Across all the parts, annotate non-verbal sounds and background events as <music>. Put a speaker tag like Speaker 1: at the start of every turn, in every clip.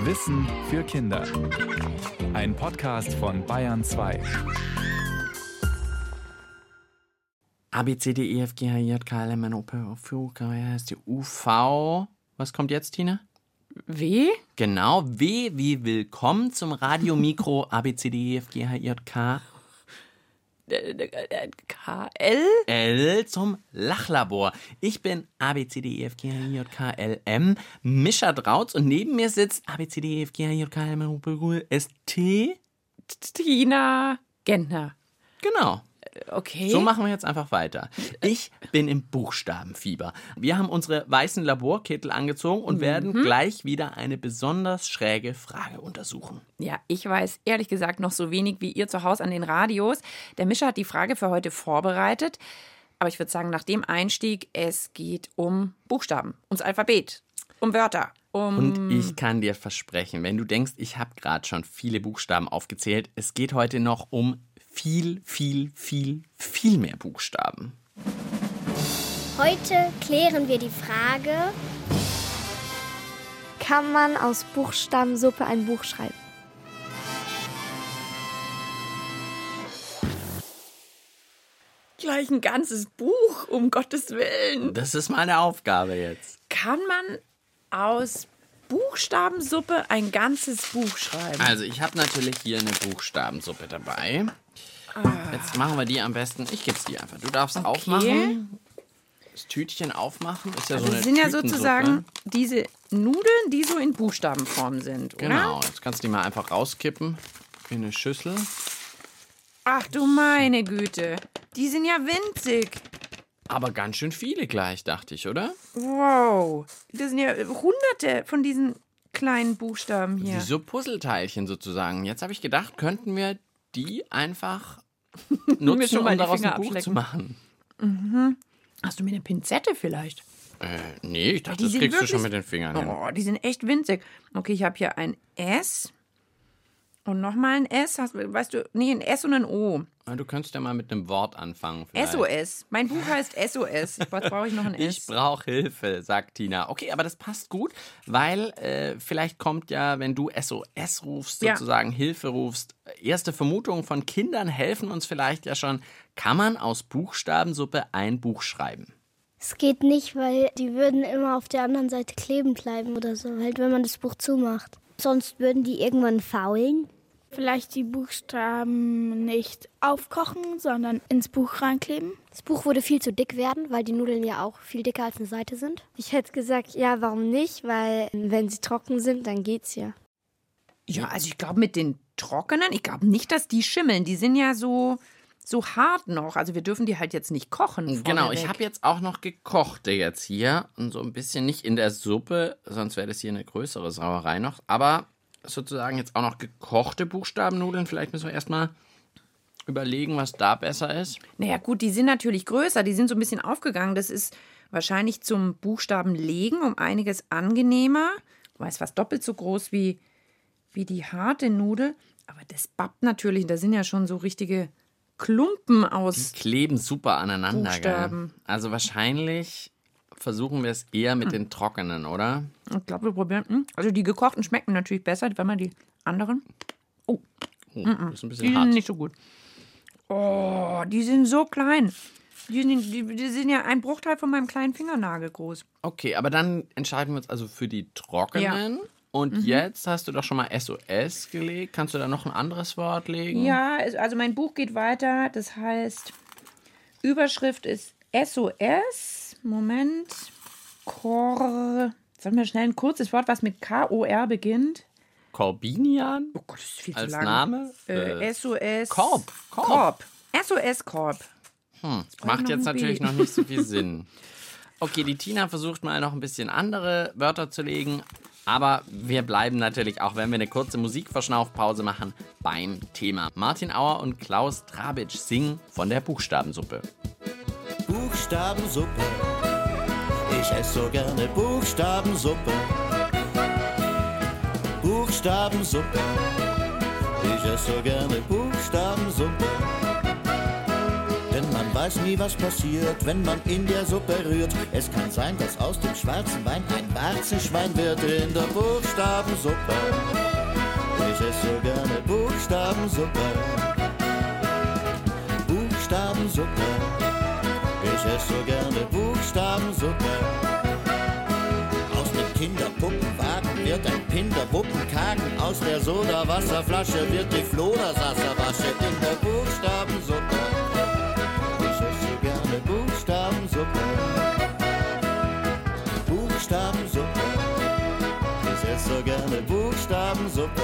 Speaker 1: Wissen für Kinder. Ein Podcast von Bayern 2.
Speaker 2: A, B, C, D, E, F, G, H, I, J, K, L, M, N, O, P, O, Q, K, R, S, T, U, V. Was kommt jetzt, Tina?
Speaker 3: W?
Speaker 2: Genau, W wie willkommen zum Radiomikro A, B, C, D, E, F, G, H, I, J, K,
Speaker 3: D- D- D- Äh, K? L?
Speaker 2: L zum Lachlabor. Ich bin A, B, C, D, E, F, G, H, I, J, K, L, M, Mischa Drautz und neben mir sitzt A, B, C, D, E, F, G, H, I, J, K, L, M, N, O, P, Q, R, S, T.
Speaker 3: Tina Gentner.
Speaker 2: Genau.
Speaker 3: Okay.
Speaker 2: So machen wir jetzt einfach weiter. Ich bin im Buchstabenfieber. Wir haben unsere weißen Laborkittel angezogen und werden gleich wieder eine besonders schräge Frage untersuchen.
Speaker 3: ja, ich weiß ehrlich gesagt noch so wenig wie ihr zu Hause an den Radios. Der Mischer hat die Frage für heute vorbereitet. Aber ich würde sagen, nach dem Einstieg, es geht um Buchstaben, ums Alphabet, um Wörter, um.
Speaker 2: Und ich kann dir versprechen, wenn du denkst, ich habe gerade schon viele Buchstaben aufgezählt, es geht heute noch um viel, viel, viel, viel mehr Buchstaben.
Speaker 4: Heute klären wir die Frage,
Speaker 5: kann man aus Buchstabensuppe ein Buch schreiben?
Speaker 3: gleich ein ganzes Buch, um Gottes Willen.
Speaker 2: Das ist meine Aufgabe jetzt.
Speaker 3: Kann man aus Buchstabensuppe ein ganzes Buch schreiben?
Speaker 2: Also, ich habe natürlich hier eine Buchstabensuppe dabei.
Speaker 3: Ah.
Speaker 2: Jetzt machen wir die am besten. Ich gebe es dir einfach. Du darfst aufmachen. Das Tütchen aufmachen. Ist ja so
Speaker 3: Also
Speaker 2: eine
Speaker 3: es sind ja
Speaker 2: Tütensuppe.
Speaker 3: sozusagen diese Nudeln, die so in Buchstabenform sind, oder?
Speaker 2: Genau, jetzt kannst du die mal einfach rauskippen in eine Schüssel.
Speaker 3: Ach du meine Güte. Die sind ja winzig.
Speaker 2: Aber ganz schön viele gleich, dachte ich, oder?
Speaker 3: Wow. Das sind ja hunderte von diesen kleinen Buchstaben
Speaker 2: Wie
Speaker 3: hier.
Speaker 2: so Puzzleteilchen sozusagen. Jetzt habe ich gedacht, könnten wir die
Speaker 3: <laughs>
Speaker 2: einfach
Speaker 3: Mir
Speaker 2: nutzen,
Speaker 3: schon mal
Speaker 2: um
Speaker 3: die
Speaker 2: daraus ein
Speaker 3: Finger
Speaker 2: Buch
Speaker 3: abschlecken.
Speaker 2: zu machen.
Speaker 3: Hast du mir eine Pinzette vielleicht?
Speaker 2: Äh, nee, ich dachte,
Speaker 3: Die
Speaker 2: das
Speaker 3: sind
Speaker 2: kriegst du schon
Speaker 3: wirklich-
Speaker 2: mit den Fingern hin.
Speaker 3: Oh, die sind echt winzig. Okay, ich habe hier ein S. Und nochmal ein S. Hast, weißt du, nee, ein S und ein O.
Speaker 2: Ah, Du könntest ja mal mit einem Wort anfangen. Vielleicht.
Speaker 3: SOS. Mein Buch heißt SOS. Was brauche ich noch ein
Speaker 2: Ich
Speaker 3: S?
Speaker 2: brauche Hilfe, sagt Tina. Okay, aber das passt gut, weil äh, vielleicht kommt ja, wenn du SOS rufst,
Speaker 3: Ja.
Speaker 2: sozusagen Hilfe rufst, erste Vermutungen von Kindern helfen uns vielleicht ja schon. Kann man aus Buchstabensuppe ein Buch schreiben?
Speaker 4: es geht nicht, weil die würden immer auf der anderen Seite kleben bleiben oder so, halt wenn man das Buch zumacht. Sonst würden die irgendwann faulen.
Speaker 6: Vielleicht die Buchstaben nicht aufkochen, sondern ins Buch reinkleben.
Speaker 5: Das Buch würde viel zu dick werden, weil die Nudeln ja auch viel dicker als eine Seite sind. Ich hätte gesagt, ja, warum nicht? Weil wenn sie trocken sind, dann geht's ja.
Speaker 3: Ja, also ich glaube mit den trockenen, ich glaube nicht, dass die schimmeln. Die sind ja so, so hart noch. Also wir dürfen die halt jetzt nicht kochen.
Speaker 2: Genau,
Speaker 3: vorneweg.
Speaker 2: ich habe jetzt auch noch gekochte jetzt hier und so ein bisschen nicht in der Suppe, sonst wäre das hier eine größere Sauerei noch, aber sozusagen jetzt auch noch gekochte Buchstabennudeln. Vielleicht müssen wir erstmal überlegen, was da besser ist.
Speaker 3: Naja, gut, die sind natürlich größer, die sind so ein bisschen aufgegangen. Das ist wahrscheinlich zum Buchstaben legen um einiges angenehmer. Weil es fast doppelt so groß wie, wie die harte Nudel. Aber das bappt natürlich, da sind ja schon so richtige Klumpen aus.
Speaker 2: kleben super aneinander. Gell?
Speaker 3: Buchstaben.
Speaker 2: Also wahrscheinlich versuchen wir es eher mit den trockenen, oder?
Speaker 3: Ich glaube, wir probieren. hm, Also die gekochten schmecken natürlich besser, wenn man die anderen. Oh,
Speaker 2: Oh, das ist ein bisschen
Speaker 3: Die sind
Speaker 2: hart.
Speaker 3: nicht so gut. Oh, die sind so klein. Die sind, die, die sind ja ein Bruchteil von meinem kleinen Fingernagel groß.
Speaker 2: Okay, aber dann entscheiden wir uns also für die trockenen. Und
Speaker 3: Mhm.
Speaker 2: jetzt hast du doch schon mal SOS gelegt. Kannst du da noch ein anderes Wort legen?
Speaker 3: Ja, es- also mein Buch geht weiter. Das heißt, Überschrift ist SOS. Moment. Kor. Sollen wir schnell ein kurzes Wort, was mit K-O-R beginnt?
Speaker 2: Corbinian
Speaker 3: Oh Gott, das ist viel
Speaker 2: als
Speaker 3: zu lang.
Speaker 2: Name?
Speaker 3: Äh, SOS.
Speaker 2: Korb, Korb.
Speaker 3: Korb. SOS Korb.
Speaker 2: Macht
Speaker 3: noch
Speaker 2: jetzt
Speaker 3: ein
Speaker 2: natürlich
Speaker 3: B.
Speaker 2: noch nicht so
Speaker 3: <laughs>
Speaker 2: viel Sinn. Okay, die Tina versucht mal noch ein bisschen andere Wörter zu legen. Aber wir bleiben natürlich, auch wenn wir eine kurze Musikverschnaufpause machen, beim Thema. Martin Auer und Klaus Trabitsch singen von der Buchstabensuppe.
Speaker 7: Buchstabensuppe. Ich esse so gerne Buchstabensuppe. Buchstabensuppe. Ich esse so gerne Buchstabensuppe. Denn man weiß nie, was passiert, wenn man in der Suppe rührt. Es kann sein, dass aus dem schwarzen Wein ein Warzenschwein wird in der Buchstabensuppe. Ich esse so gerne Buchstabensuppe. Buchstabensuppe. Ich esse so gerne Buchstabensuppe. Aus dem Kinderpuppenwagen wird ein Pinderpuppenkaken. Aus der Sodawasserflasche wird die Flodersasserwasche in der Buchstabensuppe. Ich esse gerne Buchstabensuppe. Buchstabensuppe. Ich esse so gerne Buchstabensuppe.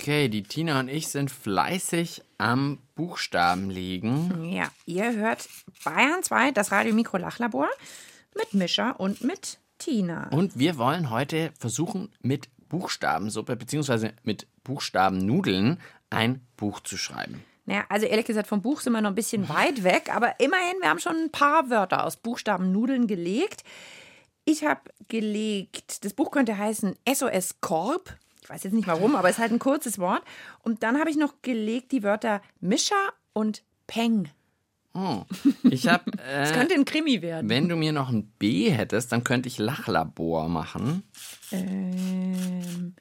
Speaker 2: Okay, die Tina und ich sind fleißig am Buchstaben liegen.
Speaker 3: Ja, ihr hört Bayern 2, das Radio Mikro Lachlabor mit Mischa und mit Tina.
Speaker 2: Und wir wollen heute versuchen, mit Buchstabensuppe beziehungsweise mit Buchstabennudeln ein Buch zu schreiben.
Speaker 3: Naja, also ehrlich gesagt, vom Buch sind wir noch ein bisschen weit weg, aber immerhin, wir haben schon ein paar Wörter aus Buchstaben Nudeln gelegt. Ich habe gelegt, das Buch könnte heißen SOS Korb. Ich weiß jetzt nicht warum, aber es ist halt ein kurzes Wort. Und dann habe ich noch gelegt die Wörter Mischa und Peng.
Speaker 2: Oh, ich habe,
Speaker 3: Das
Speaker 2: äh,
Speaker 3: könnte ein Krimi werden.
Speaker 2: wenn du mir noch ein B hättest, dann könnte ich Lachlabor machen.
Speaker 3: Ähm,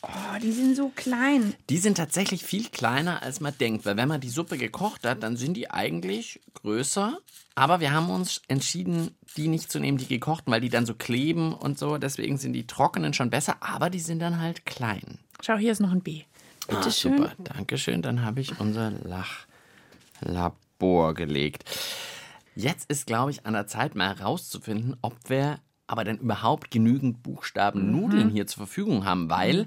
Speaker 3: oh, die sind so klein.
Speaker 2: Die sind tatsächlich viel kleiner, als man denkt, weil wenn man die Suppe gekocht hat, dann sind die eigentlich größer. Aber wir haben uns entschieden, die nicht zu nehmen, die gekochten, weil die dann so kleben und so. Deswegen sind die trockenen schon besser, aber die sind dann halt klein.
Speaker 3: Schau, hier ist noch ein B.
Speaker 2: Ah, super, Dankeschön. Dann habe ich unser Lachlabor gelegt. Jetzt ist, glaube ich, an der Zeit, mal herauszufinden, ob wir aber denn überhaupt genügend Buchstabennudeln hier zur Verfügung haben, weil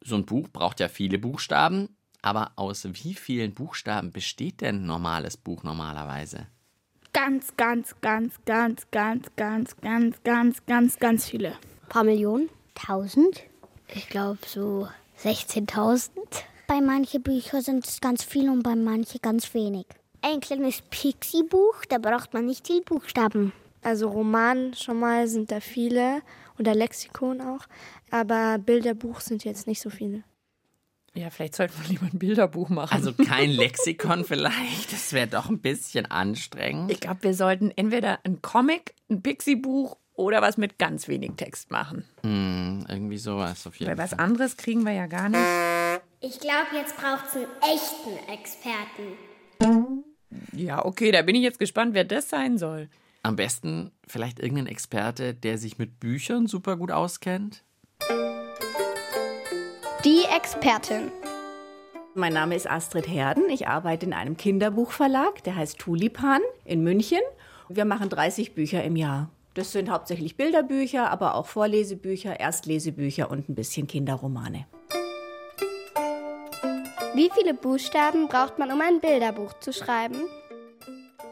Speaker 2: so ein Buch braucht ja viele Buchstaben. Aber aus wie vielen Buchstaben besteht denn ein normales Buch normalerweise?
Speaker 6: Ganz, ganz, ganz, ganz, ganz, ganz, ganz, ganz, ganz, ganz viele.
Speaker 5: paar Millionen.
Speaker 4: 1000? Ich glaube so 16.000. Bei manchen Büchern sind es ganz viel und bei manchen ganz wenig. Ein kleines Pixie-Buch, da braucht man nicht viel Buchstaben.
Speaker 5: Also Roman schon mal sind da viele oder Lexikon auch, aber Bilderbuch sind jetzt nicht so viele.
Speaker 3: Ja, vielleicht sollten wir lieber ein Bilderbuch machen.
Speaker 2: Also kein Lexikon vielleicht. Das wäre doch ein bisschen anstrengend.
Speaker 3: ich glaube, wir sollten entweder ein Comic, ein Pixie-Buch oder was mit ganz wenig Text machen.
Speaker 2: Hm, irgendwie sowas auf jeden
Speaker 3: Weil
Speaker 2: Fall.
Speaker 3: was anderes kriegen wir ja gar nicht.
Speaker 8: Ich glaube, jetzt braucht's einen echten Experten.
Speaker 3: Ja, okay, da bin ich jetzt gespannt, wer das sein soll.
Speaker 2: Am besten vielleicht irgendein Experte, der sich mit Büchern super gut auskennt.
Speaker 5: Die Expertin.
Speaker 9: Mein Name ist Astrid Herden. Ich arbeite in einem Kinderbuchverlag, der heißt Tulipan in München. Wir machen 30 Bücher im Jahr. Das sind hauptsächlich Bilderbücher, aber auch Vorlesebücher, Erstlesebücher und ein bisschen Kinderromane.
Speaker 5: Wie viele Buchstaben braucht man, um ein Bilderbuch zu schreiben?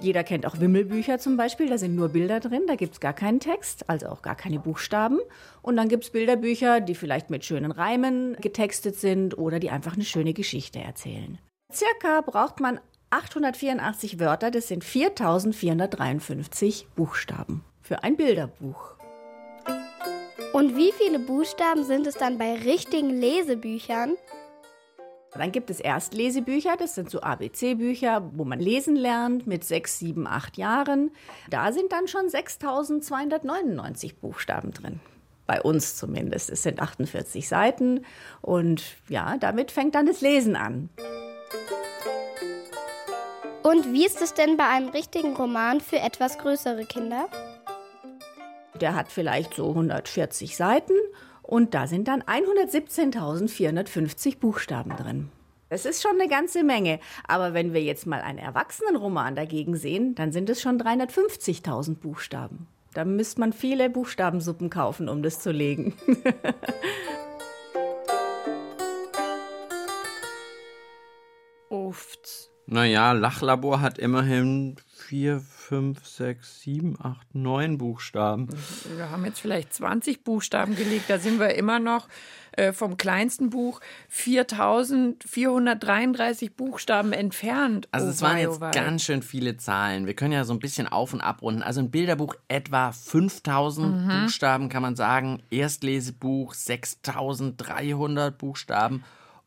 Speaker 9: Jeder kennt auch Wimmelbücher zum Beispiel, da sind nur Bilder drin, da gibt es gar keinen Text, also auch gar keine Buchstaben. Und dann gibt es Bilderbücher, die vielleicht mit schönen Reimen getextet sind oder die einfach eine schöne Geschichte erzählen. Circa braucht man 884 Wörter, das sind 4453 Buchstaben für ein Bilderbuch.
Speaker 5: Und wie viele Buchstaben sind es dann bei richtigen Lesebüchern?
Speaker 9: Dann gibt es Erstlesebücher, das sind so ABC-Bücher, wo man lesen lernt mit sechs, sieben, acht Jahren. Da sind dann schon 6299 Buchstaben drin. Bei uns zumindest. Es sind 48 Seiten. Und ja, damit fängt dann das Lesen an.
Speaker 5: Und wie ist es denn bei einem richtigen Roman für etwas größere Kinder?
Speaker 9: Der hat vielleicht so 140 Seiten und da sind dann 117.450 Buchstaben drin. Das ist schon eine ganze Menge. Aber wenn wir jetzt mal einen Erwachsenenroman dagegen sehen, dann sind es schon 350.000 Buchstaben. Da müsste man viele Buchstabensuppen kaufen, um das zu legen. <laughs>
Speaker 3: Uft.
Speaker 2: Naja, Lachlabor hat immerhin 4, 5, 6, 7, 8, 9 Buchstaben.
Speaker 3: Wir haben jetzt vielleicht 20 Buchstaben gelegt, da sind wir immer noch äh, vom kleinsten Buch 4433 Buchstaben entfernt.
Speaker 2: Also
Speaker 3: Oh
Speaker 2: es waren
Speaker 3: wei, oh
Speaker 2: jetzt
Speaker 3: wei.
Speaker 2: ganz schön viele Zahlen. Wir können ja so ein bisschen auf und abrunden. Also ein Bilderbuch etwa
Speaker 3: Mhm.
Speaker 2: 5000 Buchstaben kann man sagen, Erstlesebuch 6300 Buchstaben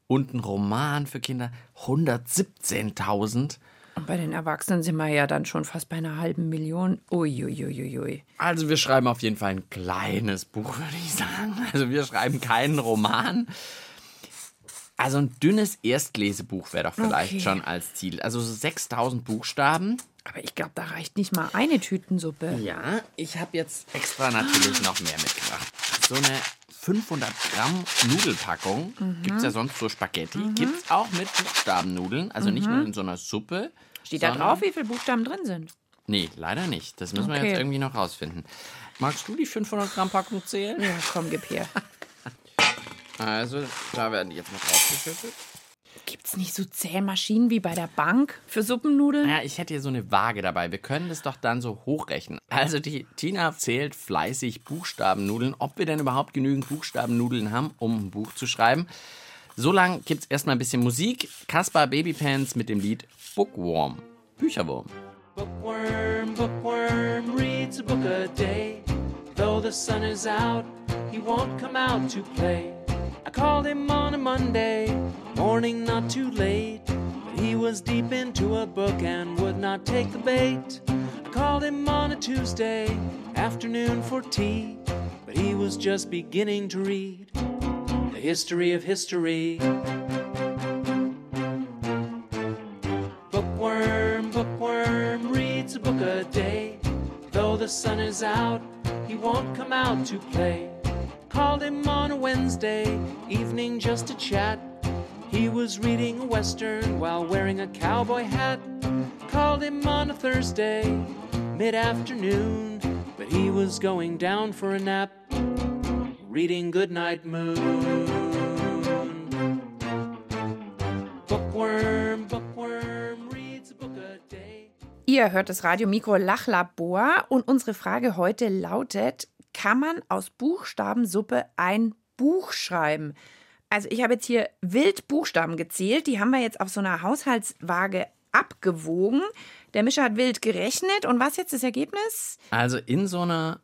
Speaker 2: und ein Roman für Kinder 117.000.
Speaker 3: Und bei den Erwachsenen sind wir ja dann schon fast bei einer halben Million. Uiuiuiui.
Speaker 2: Also wir schreiben auf jeden Fall ein kleines Buch, würde ich sagen. Also wir schreiben keinen Roman. Also ein dünnes Erstlesebuch wäre doch vielleicht
Speaker 3: Okay.
Speaker 2: schon als Ziel. Also so 6000 Buchstaben.
Speaker 3: Aber ich glaube, da reicht nicht mal eine Tütensuppe.
Speaker 2: Ja, ich habe jetzt extra natürlich noch mehr mitgebracht. So eine 500 Gramm Nudelpackung.
Speaker 3: Mhm.
Speaker 2: gibt's ja sonst so Spaghetti. gibt's auch mit Buchstabennudeln. Also nicht nur in so einer Suppe.
Speaker 3: Mhm. Steht da drauf, wie viele Buchstaben drin sind?
Speaker 2: Nee, leider nicht. Das müssen wir
Speaker 3: Okay.
Speaker 2: jetzt irgendwie noch rausfinden. Magst du die 500 Gramm Packung zählen?
Speaker 3: Ja, komm, gib <laughs> her.
Speaker 2: Also, da werden die jetzt mal draufgeschüttet.
Speaker 3: Gibt es nicht so Zählmaschinen wie bei der Bank für Suppennudeln?
Speaker 2: Naja, ich hätte hier so eine Waage dabei. Wir können das doch dann so hochrechnen. Also, die Tina zählt fleißig Buchstabennudeln. Ob wir denn überhaupt genügend Buchstabennudeln haben, um ein Buch zu schreiben. So lang gibt's erstmal ein bisschen Musik. Kaspar Babypants mit dem Lied Bookworm. Bücherwurm.
Speaker 10: Bookworm, bookworm reads a book a day. Though the sun is out, he won't come out to play. I called him on a Monday morning, not too late. But he was deep into a book and would not take the bait. I called him on a Tuesday afternoon for tea. But he was just beginning to read the history of history. Bookworm, bookworm reads a book a day. Though the sun is out, he won't come out to play. Called him on a Wednesday evening just to chat. He was reading a western while wearing a cowboy hat. Called him on a Thursday mid afternoon, but he was going down for a nap, reading Goodnight Moon. Bookworm, bookworm reads a book a day.
Speaker 3: Ihr hört das Radio Mikro Lachlabor und unsere Frage heute lautet: Kann man aus Buchstabensuppe ein Buch schreiben? Also, ich habe jetzt hier wild Buchstaben gezählt, die haben wir jetzt auf so einer Haushaltswaage abgewogen. Der Mischer hat wild gerechnet und was jetzt das Ergebnis?
Speaker 2: Also in so einer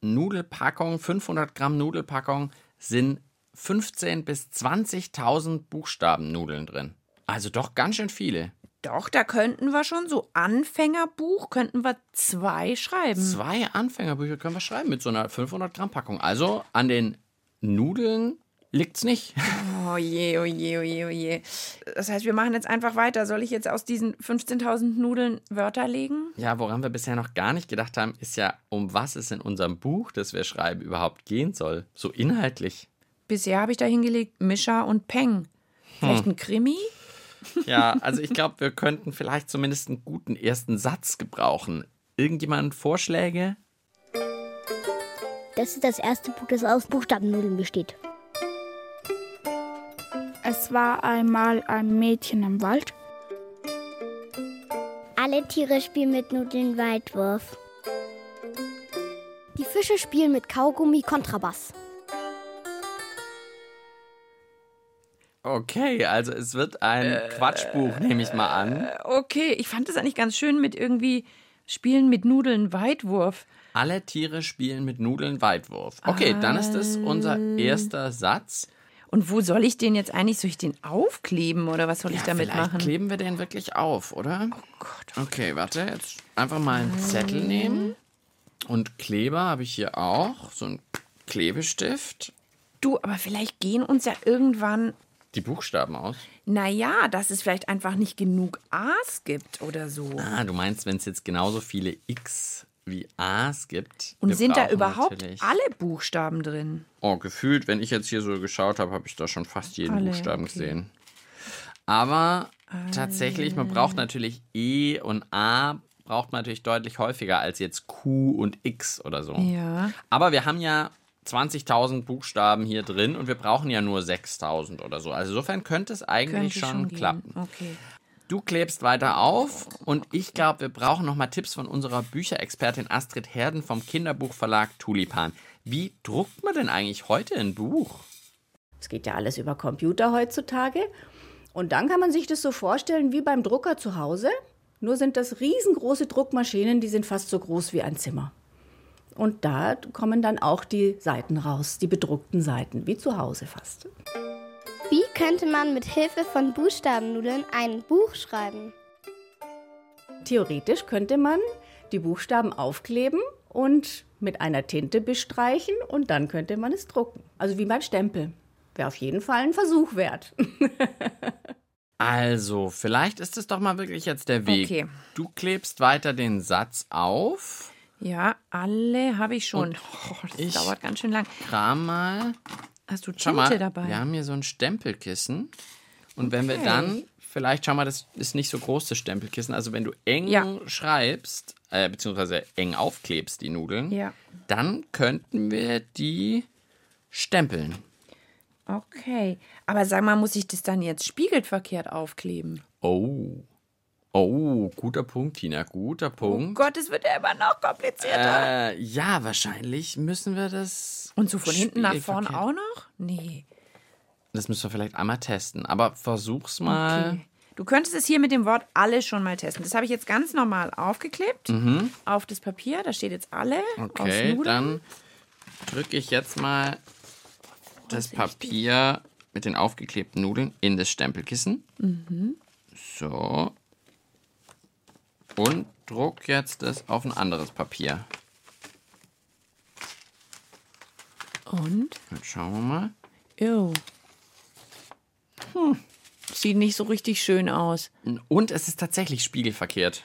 Speaker 2: Nudelpackung, 500 Gramm Nudelpackung, sind 15.000 bis 20.000 Buchstabennudeln drin. Also doch ganz schön viele.
Speaker 3: Doch, da könnten wir schon so Anfängerbuch, könnten wir zwei schreiben.
Speaker 2: Zwei Anfängerbücher können wir schreiben mit so einer 500 Gramm Packung. Also an den Nudeln liegt's nicht. <laughs>
Speaker 3: Oh je, oh je, oh je, oh je. Das heißt, wir machen jetzt einfach weiter. Soll ich jetzt aus diesen 15.000 Nudeln Wörter legen?
Speaker 2: Ja, woran wir bisher noch gar nicht gedacht haben, ist ja, um was es in unserem Buch, das wir schreiben, überhaupt gehen soll. So inhaltlich.
Speaker 3: Bisher habe ich da hingelegt Mischa und Peng. Vielleicht
Speaker 2: Hm.
Speaker 3: ein Krimi?
Speaker 2: <laughs> Ja, also ich glaube, wir könnten vielleicht zumindest einen guten ersten Satz gebrauchen. Irgendjemand Vorschläge?
Speaker 4: Das ist das erste Buch, das aus Buchstabennudeln besteht.
Speaker 6: Es war einmal ein Mädchen im Wald.
Speaker 4: Alle Tiere spielen mit Nudeln Weitwurf.
Speaker 5: Die Fische spielen mit Kaugummi Kontrabass.
Speaker 2: Okay, also es wird ein Quatschbuch, nehme ich mal an.
Speaker 3: Okay, ich fand das eigentlich ganz schön mit irgendwie Spielen mit Nudeln Weitwurf.
Speaker 2: Alle Tiere spielen mit Nudeln Weitwurf. Okay, dann ist das unser erster Satz.
Speaker 3: Und wo soll ich den jetzt eigentlich? Soll ich den aufkleben oder was soll ich damit
Speaker 2: Vielleicht
Speaker 3: machen?
Speaker 2: kleben wir den wirklich auf, oder? Oh Gott. Okay, warte, jetzt einfach mal einen
Speaker 3: Mhm.
Speaker 2: Zettel nehmen. Und Kleber habe ich hier auch, so einen Klebestift.
Speaker 3: Du, aber vielleicht gehen uns ja irgendwann,
Speaker 2: Die Buchstaben aus.
Speaker 3: naja, dass es vielleicht einfach nicht genug A's gibt oder so.
Speaker 2: Ah, du meinst, wenn es jetzt genauso viele X wie A's gibt.
Speaker 3: Und
Speaker 2: wir
Speaker 3: sind da
Speaker 2: brauchen
Speaker 3: überhaupt
Speaker 2: natürlich-
Speaker 3: alle Buchstaben drin?
Speaker 2: Oh, gefühlt, wenn ich jetzt hier so geschaut habe, habe ich da schon fast jeden
Speaker 3: Alle,
Speaker 2: Buchstaben
Speaker 3: okay.
Speaker 2: gesehen. Aber tatsächlich, man braucht natürlich E und A braucht man natürlich deutlich häufiger als jetzt Q und X oder so.
Speaker 3: Ja.
Speaker 2: Aber wir haben ja 20.000 Buchstaben hier drin und wir brauchen ja nur 6.000 oder so. Also insofern könnte es eigentlich
Speaker 3: Könnte
Speaker 2: schon
Speaker 3: gehen.
Speaker 2: klappen.
Speaker 3: Okay.
Speaker 2: Du klebst weiter auf und ich glaube, wir brauchen nochmal Tipps von unserer Bücherexpertin Astrid Herden vom Kinderbuchverlag Tulipan. Wie druckt man denn eigentlich heute ein Buch?
Speaker 9: Es geht ja alles über Computer heutzutage. Und dann kann man sich das so vorstellen wie beim Drucker zu Hause. Nur sind das riesengroße Druckmaschinen, die sind fast so groß wie ein Zimmer. Und da kommen dann auch die Seiten raus, die bedruckten Seiten, wie zu Hause fast.
Speaker 5: Wie könnte man mit Hilfe von Buchstabennudeln ein Buch schreiben?
Speaker 9: Theoretisch könnte man die Buchstaben aufkleben und mit einer Tinte bestreichen und dann könnte man es drucken. Also wie beim Stempel. Wäre auf jeden Fall ein Versuch wert.
Speaker 2: Also, vielleicht ist es doch mal wirklich jetzt der Weg.
Speaker 3: Okay.
Speaker 2: Du klebst weiter den Satz auf.
Speaker 3: Ja, alle habe ich schon.
Speaker 2: Und
Speaker 3: Oh, das
Speaker 2: ich-
Speaker 3: dauert ganz schön lang.
Speaker 2: Kram mal.
Speaker 3: Hast du
Speaker 2: Schau mal,
Speaker 3: Tinte dabei?
Speaker 2: wir haben hier so ein Stempelkissen. Und wenn wir
Speaker 3: Okay.
Speaker 2: dann, vielleicht, schau mal, das ist nicht so groß, das Stempelkissen. Also wenn du eng
Speaker 3: Ja.
Speaker 2: schreibst, äh, beziehungsweise eng aufklebst die Nudeln,
Speaker 3: Ja.
Speaker 2: dann könnten wir die stempeln.
Speaker 3: Okay. Aber sag mal, muss ich das dann jetzt spiegelverkehrt aufkleben?
Speaker 2: Oh. Oh, guter Punkt, Tina, guter
Speaker 3: Oh
Speaker 2: Punkt.
Speaker 3: Gott, es wird ja immer noch komplizierter.
Speaker 2: äh, ja, wahrscheinlich müssen wir das.
Speaker 3: Oh. Und so von hinten nach vorn
Speaker 2: Äh, spiegelverkehrt-
Speaker 3: auch noch? Nee.
Speaker 2: Das müssen wir vielleicht einmal testen. Aber versuch's mal.
Speaker 3: Okay. Du könntest es hier mit dem Wort alle schon mal testen. Das habe ich jetzt ganz normal aufgeklebt auf das Papier. Da steht jetzt alle.
Speaker 2: Mhm. Okay,
Speaker 3: auf Nudeln.
Speaker 2: dann drücke ich jetzt mal das Papier mit den aufgeklebten Nudeln in das Stempelkissen. So. Und druck jetzt das auf ein anderes Papier.
Speaker 3: Und?
Speaker 2: Jetzt schauen wir mal.
Speaker 3: Jo. Hm. Sieht nicht so richtig schön aus.
Speaker 2: Und es ist tatsächlich spiegelverkehrt.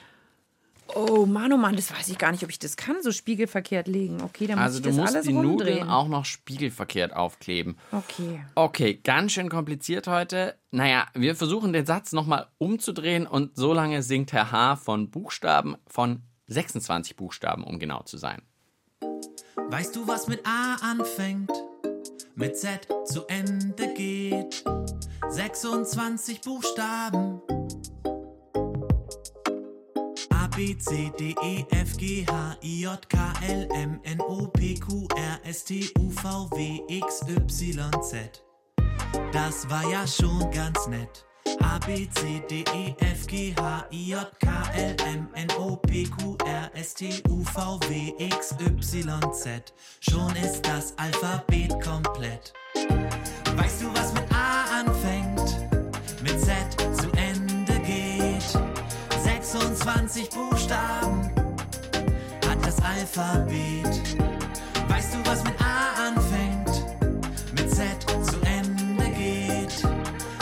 Speaker 3: Oh Mann, oh Mann, das weiß ich gar nicht, ob ich das kann, so spiegelverkehrt legen. Okay, dann muss
Speaker 2: Also
Speaker 3: ich
Speaker 2: du
Speaker 3: das
Speaker 2: musst
Speaker 3: alles
Speaker 2: die
Speaker 3: rumdrehen.
Speaker 2: Nudeln auch noch spiegelverkehrt aufkleben.
Speaker 3: Okay.
Speaker 2: Okay, ganz schön kompliziert heute. Naja, wir versuchen den Satz nochmal umzudrehen und so lange singt Herr H. von Buchstaben, von 26 Buchstaben, um genau zu sein.
Speaker 11: Weißt du, was mit A anfängt? Mit Z zu Ende geht. 26 Buchstaben. A, B, C, D, E, F, G, H, I, J, K, L, M, N, O, P, Q, R, S, T, U, V, W, X, Y, Z. Das war ja schon ganz nett. A, B, C, D, E, F, G, H, I, J, K, L, M, N, O, P, Q, R, S, T, U, V, W, X, Y, Z. Schon ist das Alphabet komplett. Weißt du, was mit A anfängt? Mit Z zu Ende geht. 26 Buchstaben hat das Alphabet. Weißt du, was mit A anfängt? mit Z zu Ende geht.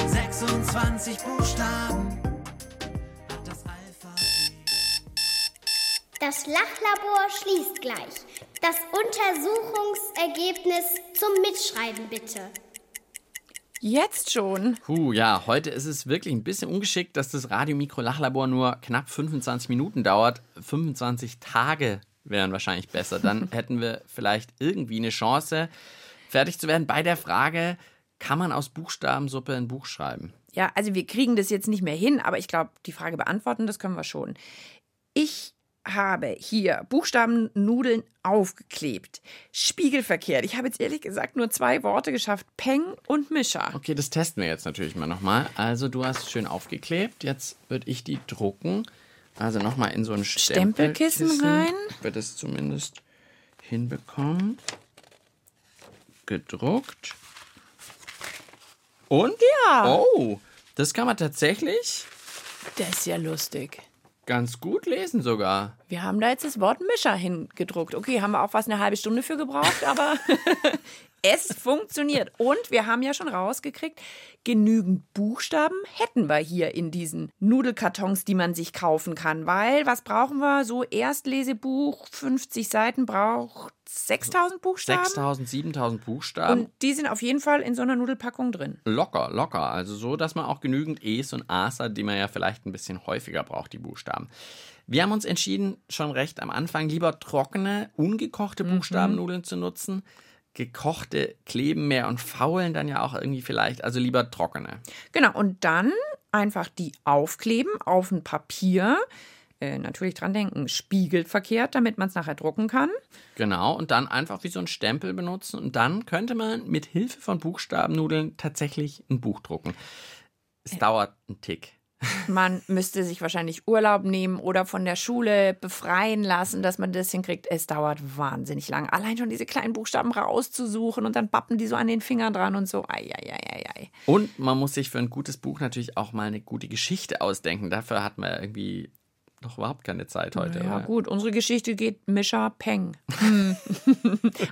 Speaker 11: 26 Buchstaben hat das Alphabet.
Speaker 8: Das Lachlabor schließt gleich. Das Untersuchungsergebnis zum Mitschreiben bitte.
Speaker 3: Jetzt schon.
Speaker 2: Puh, ja, heute ist es wirklich ein bisschen ungeschickt, dass das Radiomikro-Lachlabor nur knapp 25 Minuten dauert. 25 Tage wären wahrscheinlich besser. Dann hätten wir vielleicht irgendwie eine Chance, fertig zu werden bei der Frage, kann man aus Buchstabensuppe ein Buch schreiben?
Speaker 3: Ja, also wir kriegen das jetzt nicht mehr hin, aber ich glaube, die Frage beantworten, das können wir schon. Ich habe hier Buchstabennudeln aufgeklebt. Spiegelverkehrt. Ich habe jetzt ehrlich gesagt nur zwei Worte geschafft. Peng und Mischa.
Speaker 2: Okay, das testen wir jetzt natürlich mal nochmal. Also du hast schön aufgeklebt. Jetzt würde ich die drucken. Also nochmal in so ein Stempelkissen,
Speaker 3: Stempelkissen rein.
Speaker 2: ob Wir das zumindest hinbekommen. Gedruckt. Und?
Speaker 3: Ja.
Speaker 2: Oh, das kann man tatsächlich
Speaker 3: Das ist ja lustig.
Speaker 2: ganz gut lesen sogar.
Speaker 3: Wir haben da jetzt das Wort Mischer hingedruckt. Okay, haben wir auch fast eine halbe Stunde für gebraucht, aber <laughs> es funktioniert. Und wir haben ja schon rausgekriegt, genügend Buchstaben hätten wir hier in diesen Nudelkartons, die man sich kaufen kann. Weil, was brauchen wir? So Erstlesebuch, 50 Seiten braucht 6000 Buchstaben.
Speaker 2: 6000, 7000 Buchstaben.
Speaker 3: Und die sind auf jeden Fall in so einer Nudelpackung drin.
Speaker 2: Locker, locker. Also so, dass man auch genügend E's und A's hat, die man ja vielleicht ein bisschen häufiger braucht, die Buchstaben. Wir haben uns entschieden, schon recht am Anfang lieber trockene, ungekochte Buchstabennudeln zu nutzen. Gekochte kleben mehr und faulen dann ja auch irgendwie vielleicht. Also lieber trockene.
Speaker 3: Genau, und dann einfach die aufkleben auf ein Papier. Äh, natürlich dran denken, spiegelt verkehrt, damit man es nachher drucken kann.
Speaker 2: Genau, und dann einfach wie so ein Stempel benutzen und dann könnte man mit Hilfe von Buchstabennudeln tatsächlich ein Buch drucken. Es dauert einen Tick.
Speaker 3: Man müsste sich wahrscheinlich Urlaub nehmen oder von der Schule befreien lassen, dass man das hinkriegt. Es dauert wahnsinnig lang. Allein schon diese kleinen Buchstaben rauszusuchen und dann bappen die so an den Fingern dran und so. Ei, ei, ei, ei, ei.
Speaker 2: Und man muss sich für ein gutes Buch natürlich auch mal eine gute Geschichte ausdenken. Dafür hat man irgendwie noch überhaupt keine Zeit heute.
Speaker 3: Ja,
Speaker 2: oder?
Speaker 3: gut, unsere Geschichte geht Mischa Peng. Hm.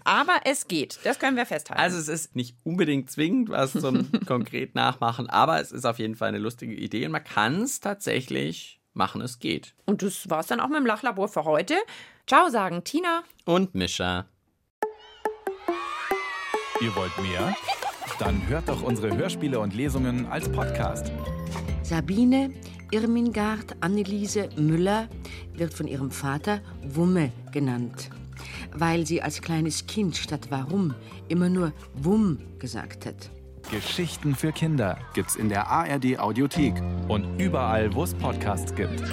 Speaker 3: Aber es geht. Das können wir festhalten.
Speaker 2: Also es ist nicht unbedingt zwingend was zum konkret nachmachen, aber es ist auf jeden Fall eine lustige Idee und man kann es tatsächlich machen, es geht.
Speaker 3: und das war's dann auch mit dem Lachlabor für heute. Ciao sagen, Tina.
Speaker 2: Und Mischa.
Speaker 1: Ihr wollt mehr? Dann hört doch unsere Hörspiele und Lesungen als Podcast.
Speaker 6: Sabine Irmingard Anneliese Müller wird von ihrem Vater Wumme genannt, weil sie als kleines Kind statt Warum immer nur Wumm gesagt hat.
Speaker 1: Geschichten für Kinder gibt's in der ARD Audiothek und überall, wo es Podcasts gibt.